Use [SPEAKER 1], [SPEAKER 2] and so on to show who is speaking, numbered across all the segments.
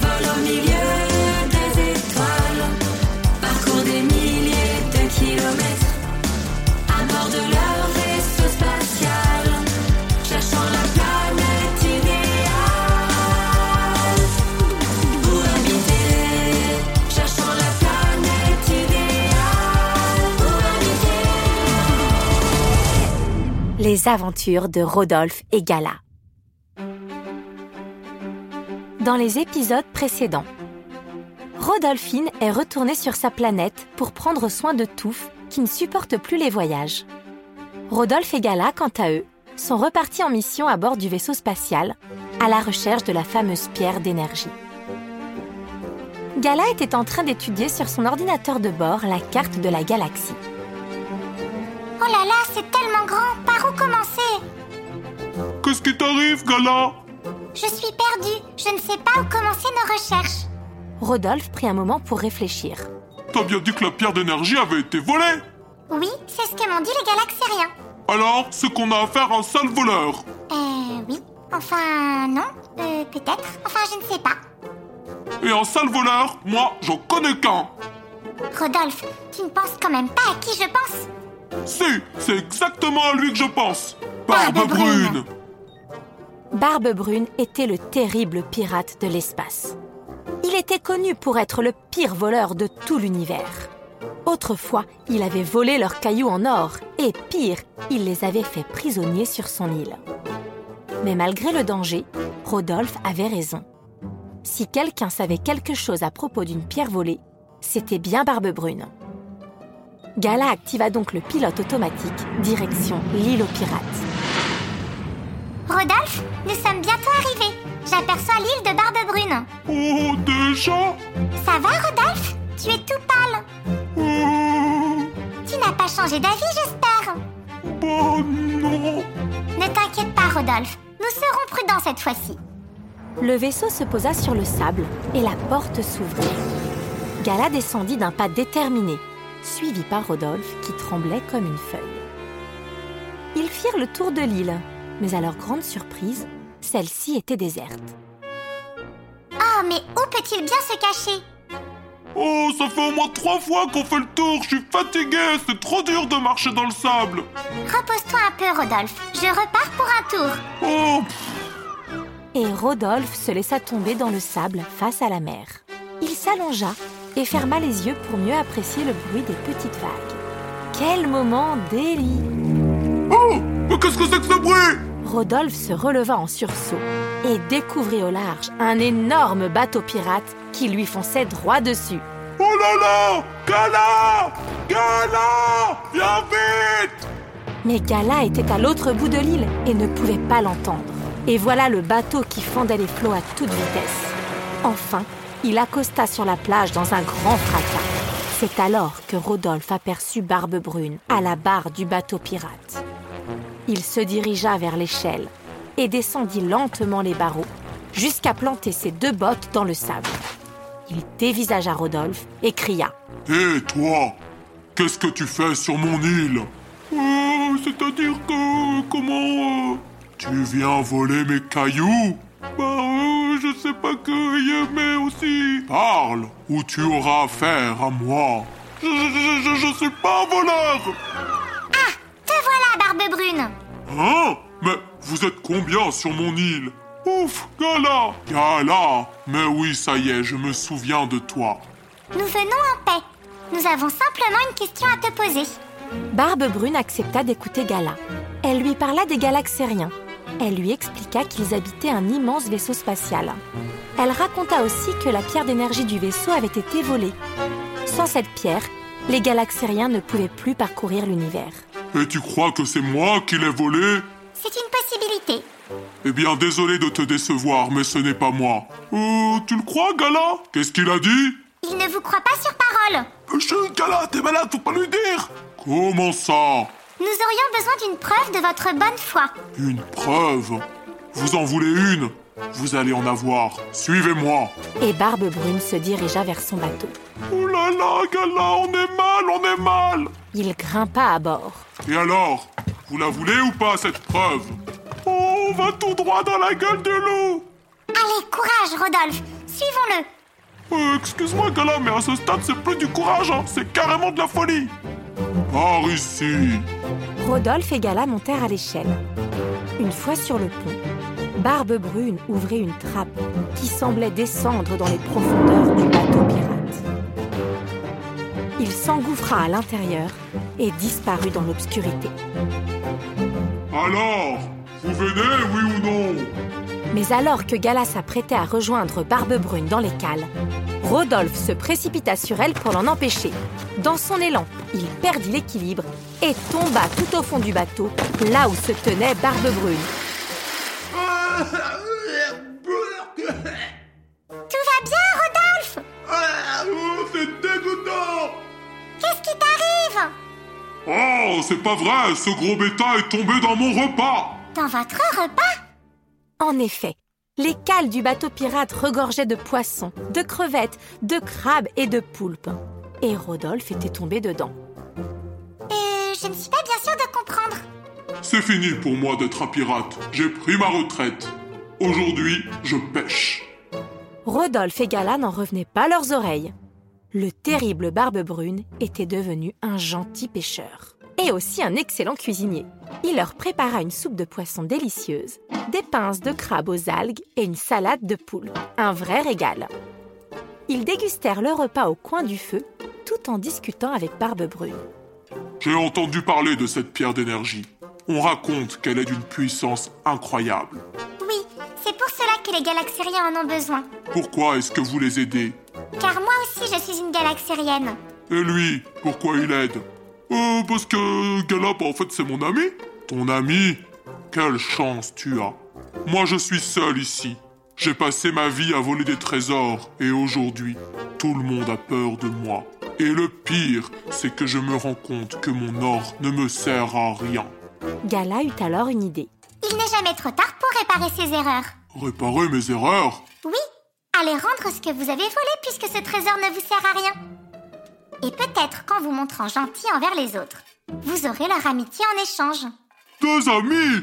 [SPEAKER 1] vol au milieu des étoiles, parcours des milliers de kilomètres, à bord de leur vaisseau spatial, cherchant la planète idéale. Pour habiter, cherchant la planète idéale, pour habiter.
[SPEAKER 2] Les aventures de Rodolphe et Gala. Dans les épisodes précédents, Rodolphine est retournée sur sa planète pour prendre soin de Touffe qui ne supporte plus les voyages. Rodolphe et Gala, quant à eux, sont repartis en mission à bord du vaisseau spatial à la recherche de la fameuse pierre d'énergie. Gala était en train d'étudier sur son ordinateur de bord la carte de la galaxie.
[SPEAKER 3] Oh là là, c'est tellement grand, par où commencer
[SPEAKER 4] Qu'est-ce qui t'arrive, Gala
[SPEAKER 3] Je suis perdue, je ne sais pas où commencer nos recherches.
[SPEAKER 2] Rodolphe prit un moment pour réfléchir.
[SPEAKER 4] T'as bien dit que la pierre d'énergie avait été volée
[SPEAKER 3] Oui, c'est ce que m'ont dit les galaxériens.
[SPEAKER 4] Alors, ce qu'on a affaire à un sale voleur
[SPEAKER 3] Euh, oui. Enfin, non. Euh, peut-être. Enfin, je ne sais pas.
[SPEAKER 4] Et un sale voleur, moi, j'en connais qu'un
[SPEAKER 3] Rodolphe, tu ne penses quand même pas à qui je pense
[SPEAKER 4] Si, c'est exactement à lui que je pense Barbe brune
[SPEAKER 2] Barbe Brune était le terrible pirate de l'espace. Il était connu pour être le pire voleur de tout l'univers. Autrefois, il avait volé leurs cailloux en or et pire, il les avait fait prisonniers sur son île. Mais malgré le danger, Rodolphe avait raison. Si quelqu'un savait quelque chose à propos d'une pierre volée, c'était bien Barbe Brune. Gala activa donc le pilote automatique, direction l'île aux pirates.
[SPEAKER 3] Rodolphe, nous sommes bientôt arrivés. J'aperçois l'île de Barbe Brune.
[SPEAKER 4] Oh, déjà
[SPEAKER 3] Ça va, Rodolphe Tu es tout pâle.
[SPEAKER 4] Euh,
[SPEAKER 3] Tu n'as pas changé d'avis, j'espère.
[SPEAKER 4] Bah, non
[SPEAKER 3] Ne t'inquiète pas, Rodolphe. Nous serons prudents cette fois-ci.
[SPEAKER 2] Le vaisseau se posa sur le sable et la porte s'ouvrit. Gala descendit d'un pas déterminé, suivi par Rodolphe qui tremblait comme une feuille. Ils firent le tour de l'île, mais à leur grande surprise, celle-ci était déserte.
[SPEAKER 3] Oh, mais où peut-il bien se cacher
[SPEAKER 4] Oh, ça fait au moins trois fois qu'on fait le tour, je suis fatigué, c'est trop dur de marcher dans le sable
[SPEAKER 3] Repose-toi un peu, Rodolphe. Je repars pour un tour.
[SPEAKER 4] Oh,
[SPEAKER 2] Et Rodolphe se laissa tomber dans le sable face à la mer. Il s'allongea et ferma les yeux pour mieux apprécier le bruit des petites vagues. Quel moment délicieux
[SPEAKER 4] oh Mais qu'est-ce que c'est que ce bruit
[SPEAKER 2] Rodolphe se releva en sursaut et découvrit au large un énorme bateau pirate qui lui fonçait droit dessus.
[SPEAKER 4] Oh là là Gala Gala Viens vite
[SPEAKER 2] Mais Gala était à l'autre bout de l'île et ne pouvait pas l'entendre. Et voilà le bateau qui fendait les flots à toute vitesse. Enfin, il accosta sur la plage dans un grand fracas. C'est alors que Rodolphe aperçut Barbe Brune à la barre du bateau pirate. Il se dirigea vers l'échelle et descendit lentement les barreaux jusqu'à planter ses deux bottes dans le sable. Il dévisagea Rodolphe et cria
[SPEAKER 4] Hé toi Qu'est-ce que tu fais sur mon île Euh, C'est-à-dire que... comment... euh, tu viens voler mes cailloux Bah euh, je sais pas que y est, mais aussi... Parle ou tu auras affaire à moi Je, je, je, je- je suis pas un voleur
[SPEAKER 3] Te voilà, Barbe Brune.
[SPEAKER 4] Hein Mais vous êtes combien sur mon île Ouf, Gala Gala Mais oui, ça y est, je me souviens de toi.
[SPEAKER 3] Nous venons en paix. Nous avons simplement une question à te poser.
[SPEAKER 2] Barbe Brune accepta d'écouter Gala. Elle lui parla des galaxériens, Elle lui expliqua qu'ils habitaient un immense vaisseau spatial. Elle raconta aussi que la pierre d'énergie du vaisseau avait été volée. Sans cette pierre, les galaxériens ne pouvaient plus parcourir l'univers.
[SPEAKER 4] Et tu crois que c'est moi qui l'ai volé
[SPEAKER 3] C'est une possibilité.
[SPEAKER 4] Eh bien, désolé de te décevoir, mais ce n'est pas moi. Euh, tu le crois, Gala Qu'est-ce qu'il a dit
[SPEAKER 3] Il ne vous croit pas sur parole.
[SPEAKER 4] Euh, Je suis Gala, t'es malade, faut pas lui dire Comment ça
[SPEAKER 3] Nous aurions besoin d'une preuve de votre bonne foi.
[SPEAKER 4] Une preuve Vous en voulez une Vous allez en avoir. Suivez-moi.
[SPEAKER 2] Et Barbe Brune se dirigea vers son bateau.
[SPEAKER 4] Ouh là là, Gala, on est mal, on est mal
[SPEAKER 2] Il grimpa à bord.
[SPEAKER 4] Et alors Vous la voulez ou pas, cette preuve Oh, on va tout droit dans la gueule de l'eau
[SPEAKER 3] Allez, courage, Rodolphe. Suivons-le.
[SPEAKER 4] Euh, Excuse-moi, Gala, mais à ce stade, c'est plus du courage, hein, c'est carrément de la folie Par ici
[SPEAKER 2] Rodolphe et Gala montèrent à l'échelle. Une fois sur le pont, Barbe Brune ouvrait une trappe qui semblait descendre dans les profondeurs du bateau pirate. Il s'engouffra à l'intérieur et disparut dans l'obscurité.
[SPEAKER 4] Alors Vous venez, oui ou non
[SPEAKER 2] Mais alors que Gala s'apprêtait à rejoindre Barbe Brune dans les cales, Rodolphe se précipita sur elle pour l'en empêcher. Dans son élan, il perdit l'équilibre et tomba tout au fond du bateau, là où se tenait Barbe Brune.
[SPEAKER 3] Tout va bien, Rodolphe
[SPEAKER 4] C'est dégoûtant
[SPEAKER 3] Qu'est-ce qui t'arrive
[SPEAKER 4] Oh, c'est pas vrai, ce gros bêta est tombé dans mon repas
[SPEAKER 3] Dans votre repas
[SPEAKER 2] En effet, les cales du bateau pirate regorgeaient de poissons, de crevettes, de crabes et de poulpes. Et Rodolphe était tombé dedans.
[SPEAKER 3] Euh, je ne suis pas bien sûre de comprendre.
[SPEAKER 4] C'est fini pour moi d'être un pirate, j'ai pris ma retraite. Aujourd'hui, je pêche.
[SPEAKER 2] Rodolphe et Gala n'en revenaient pas leurs oreilles. Le terrible Barbe Brune était devenu un gentil pêcheur et aussi un excellent cuisinier. Il leur prépara une soupe de poisson délicieuse, des pinces de crabe aux algues et une salade de poule. Un vrai régal. Ils dégustèrent le repas au coin du feu tout en discutant avec Barbe Brune.
[SPEAKER 4] J'ai entendu parler de cette pierre d'énergie. On raconte qu'elle est d'une puissance incroyable.
[SPEAKER 3] Oui, c'est pour cela que les galaxériens en ont besoin.
[SPEAKER 4] Pourquoi est-ce que vous les aidez
[SPEAKER 3] Car moi aussi, je suis une galaxérienne.
[SPEAKER 4] Et lui, pourquoi il aide Euh, parce que Galop, en fait, c'est mon ami. Ton ami Quelle chance tu as. Moi, je suis seul ici. J'ai passé ma vie à voler des trésors, et aujourd'hui, tout le monde a peur de moi. Et le pire, c'est que je me rends compte que mon or ne me sert à rien.
[SPEAKER 2] Gala eut alors une idée.
[SPEAKER 3] Il n'est jamais trop tard pour réparer ses erreurs.
[SPEAKER 4] Réparer mes erreurs
[SPEAKER 3] Oui, allez rendre ce que vous avez volé puisque ce trésor ne vous sert à rien. Et peut-être qu'en vous montrant gentil envers les autres, vous aurez leur amitié en échange.
[SPEAKER 4] Deux amis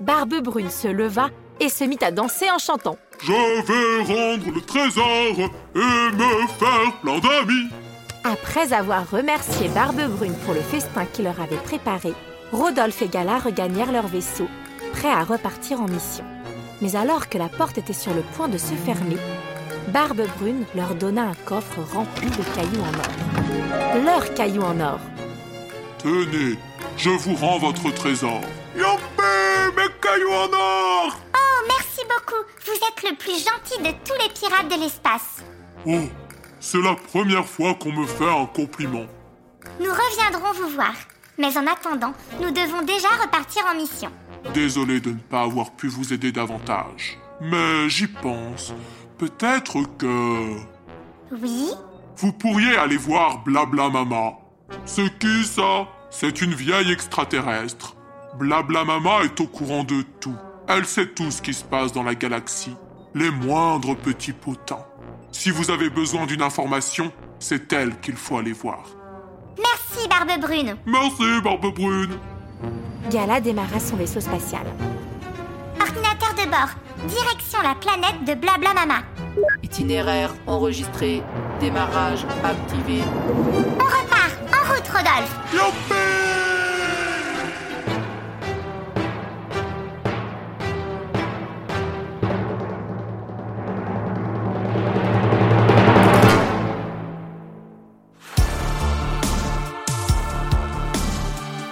[SPEAKER 2] Barbe Brune se leva et se mit à danser en chantant.
[SPEAKER 4] Je vais rendre le trésor et me faire plein d'amis.
[SPEAKER 2] Après avoir remercié Barbe Brune pour le festin qu'il leur avait préparé, Rodolphe et Gala regagnèrent leur vaisseau, prêts à repartir en mission. Mais alors que la porte était sur le point de se fermer, Barbe Brune leur donna un coffre rempli de cailloux en or. Leurs cailloux en or.
[SPEAKER 4] Tenez, je vous rends votre trésor. Yopé, mes cailloux en or
[SPEAKER 3] Oh, merci beaucoup. Vous êtes le plus gentil de tous les pirates de l'espace.
[SPEAKER 4] Oh, c'est la première fois qu'on me fait un compliment.
[SPEAKER 3] Nous reviendrons vous voir. Mais en attendant, nous devons déjà repartir en mission.
[SPEAKER 4] Désolé de ne pas avoir pu vous aider davantage. Mais j'y pense. Peut-être que...
[SPEAKER 3] Oui
[SPEAKER 4] Vous pourriez aller voir Blabla Mama. C'est qui ça C'est une vieille extraterrestre. Blabla Mama est au courant de tout. Elle sait tout ce qui se passe dans la galaxie, les moindres petits potins. Si vous avez besoin d'une information, c'est elle qu'il faut aller voir.
[SPEAKER 3] Merci, Barbe Brune.
[SPEAKER 4] Merci, Barbe Brune.
[SPEAKER 2] Gala démarra son vaisseau spatial.
[SPEAKER 3] Ordinateur de bord, direction la planète de Blabla Mama.
[SPEAKER 5] Itinéraire enregistré. Démarrage activé.
[SPEAKER 3] On repart, en route, Rodolphe.
[SPEAKER 4] Yopé